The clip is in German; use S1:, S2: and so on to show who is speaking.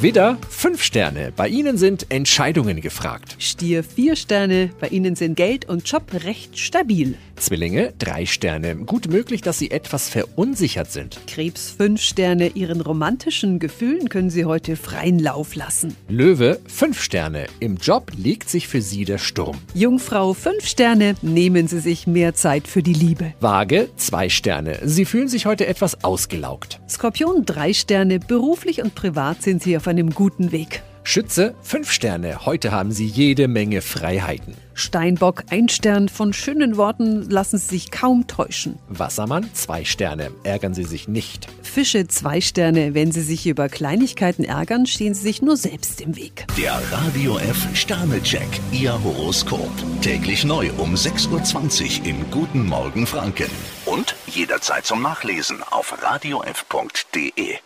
S1: Widder, 5 Sterne. Bei Ihnen sind Entscheidungen gefragt.
S2: Stier vier Sterne, bei Ihnen sind Geld und Job recht stabil.
S1: Zwillinge, 3 Sterne. Gut möglich, dass Sie etwas verunsichert sind.
S2: Krebs fünf Sterne, Ihren romantischen Gefühlen können Sie heute freien Lauf lassen.
S1: Löwe, 5 Sterne. Im Job legt sich für Sie der Sturm.
S2: Jungfrau fünf Sterne, nehmen Sie sich mehr Zeit für die Liebe.
S1: Waage, 2 Sterne. Sie fühlen sich heute etwas ausgelaugt.
S2: Skorpion drei Sterne, beruflich und privat sind Sie auf einem guten Weg.
S1: Schütze, 5 Sterne. Heute haben Sie jede Menge Freiheiten.
S2: Steinbock ein Stern, von schönen Worten lassen Sie sich kaum täuschen.
S1: Wassermann, 2 Sterne. Ärgern Sie sich nicht.
S2: Fische zwei Sterne, wenn Sie sich über Kleinigkeiten ärgern, stehen Sie sich nur selbst im Weg.
S3: Der Radio F Sternecheck. Ihr Horoskop. Täglich neu um 6.20 Uhr im Guten Morgen Franken. Und jederzeit zum Nachlesen auf radiof.de.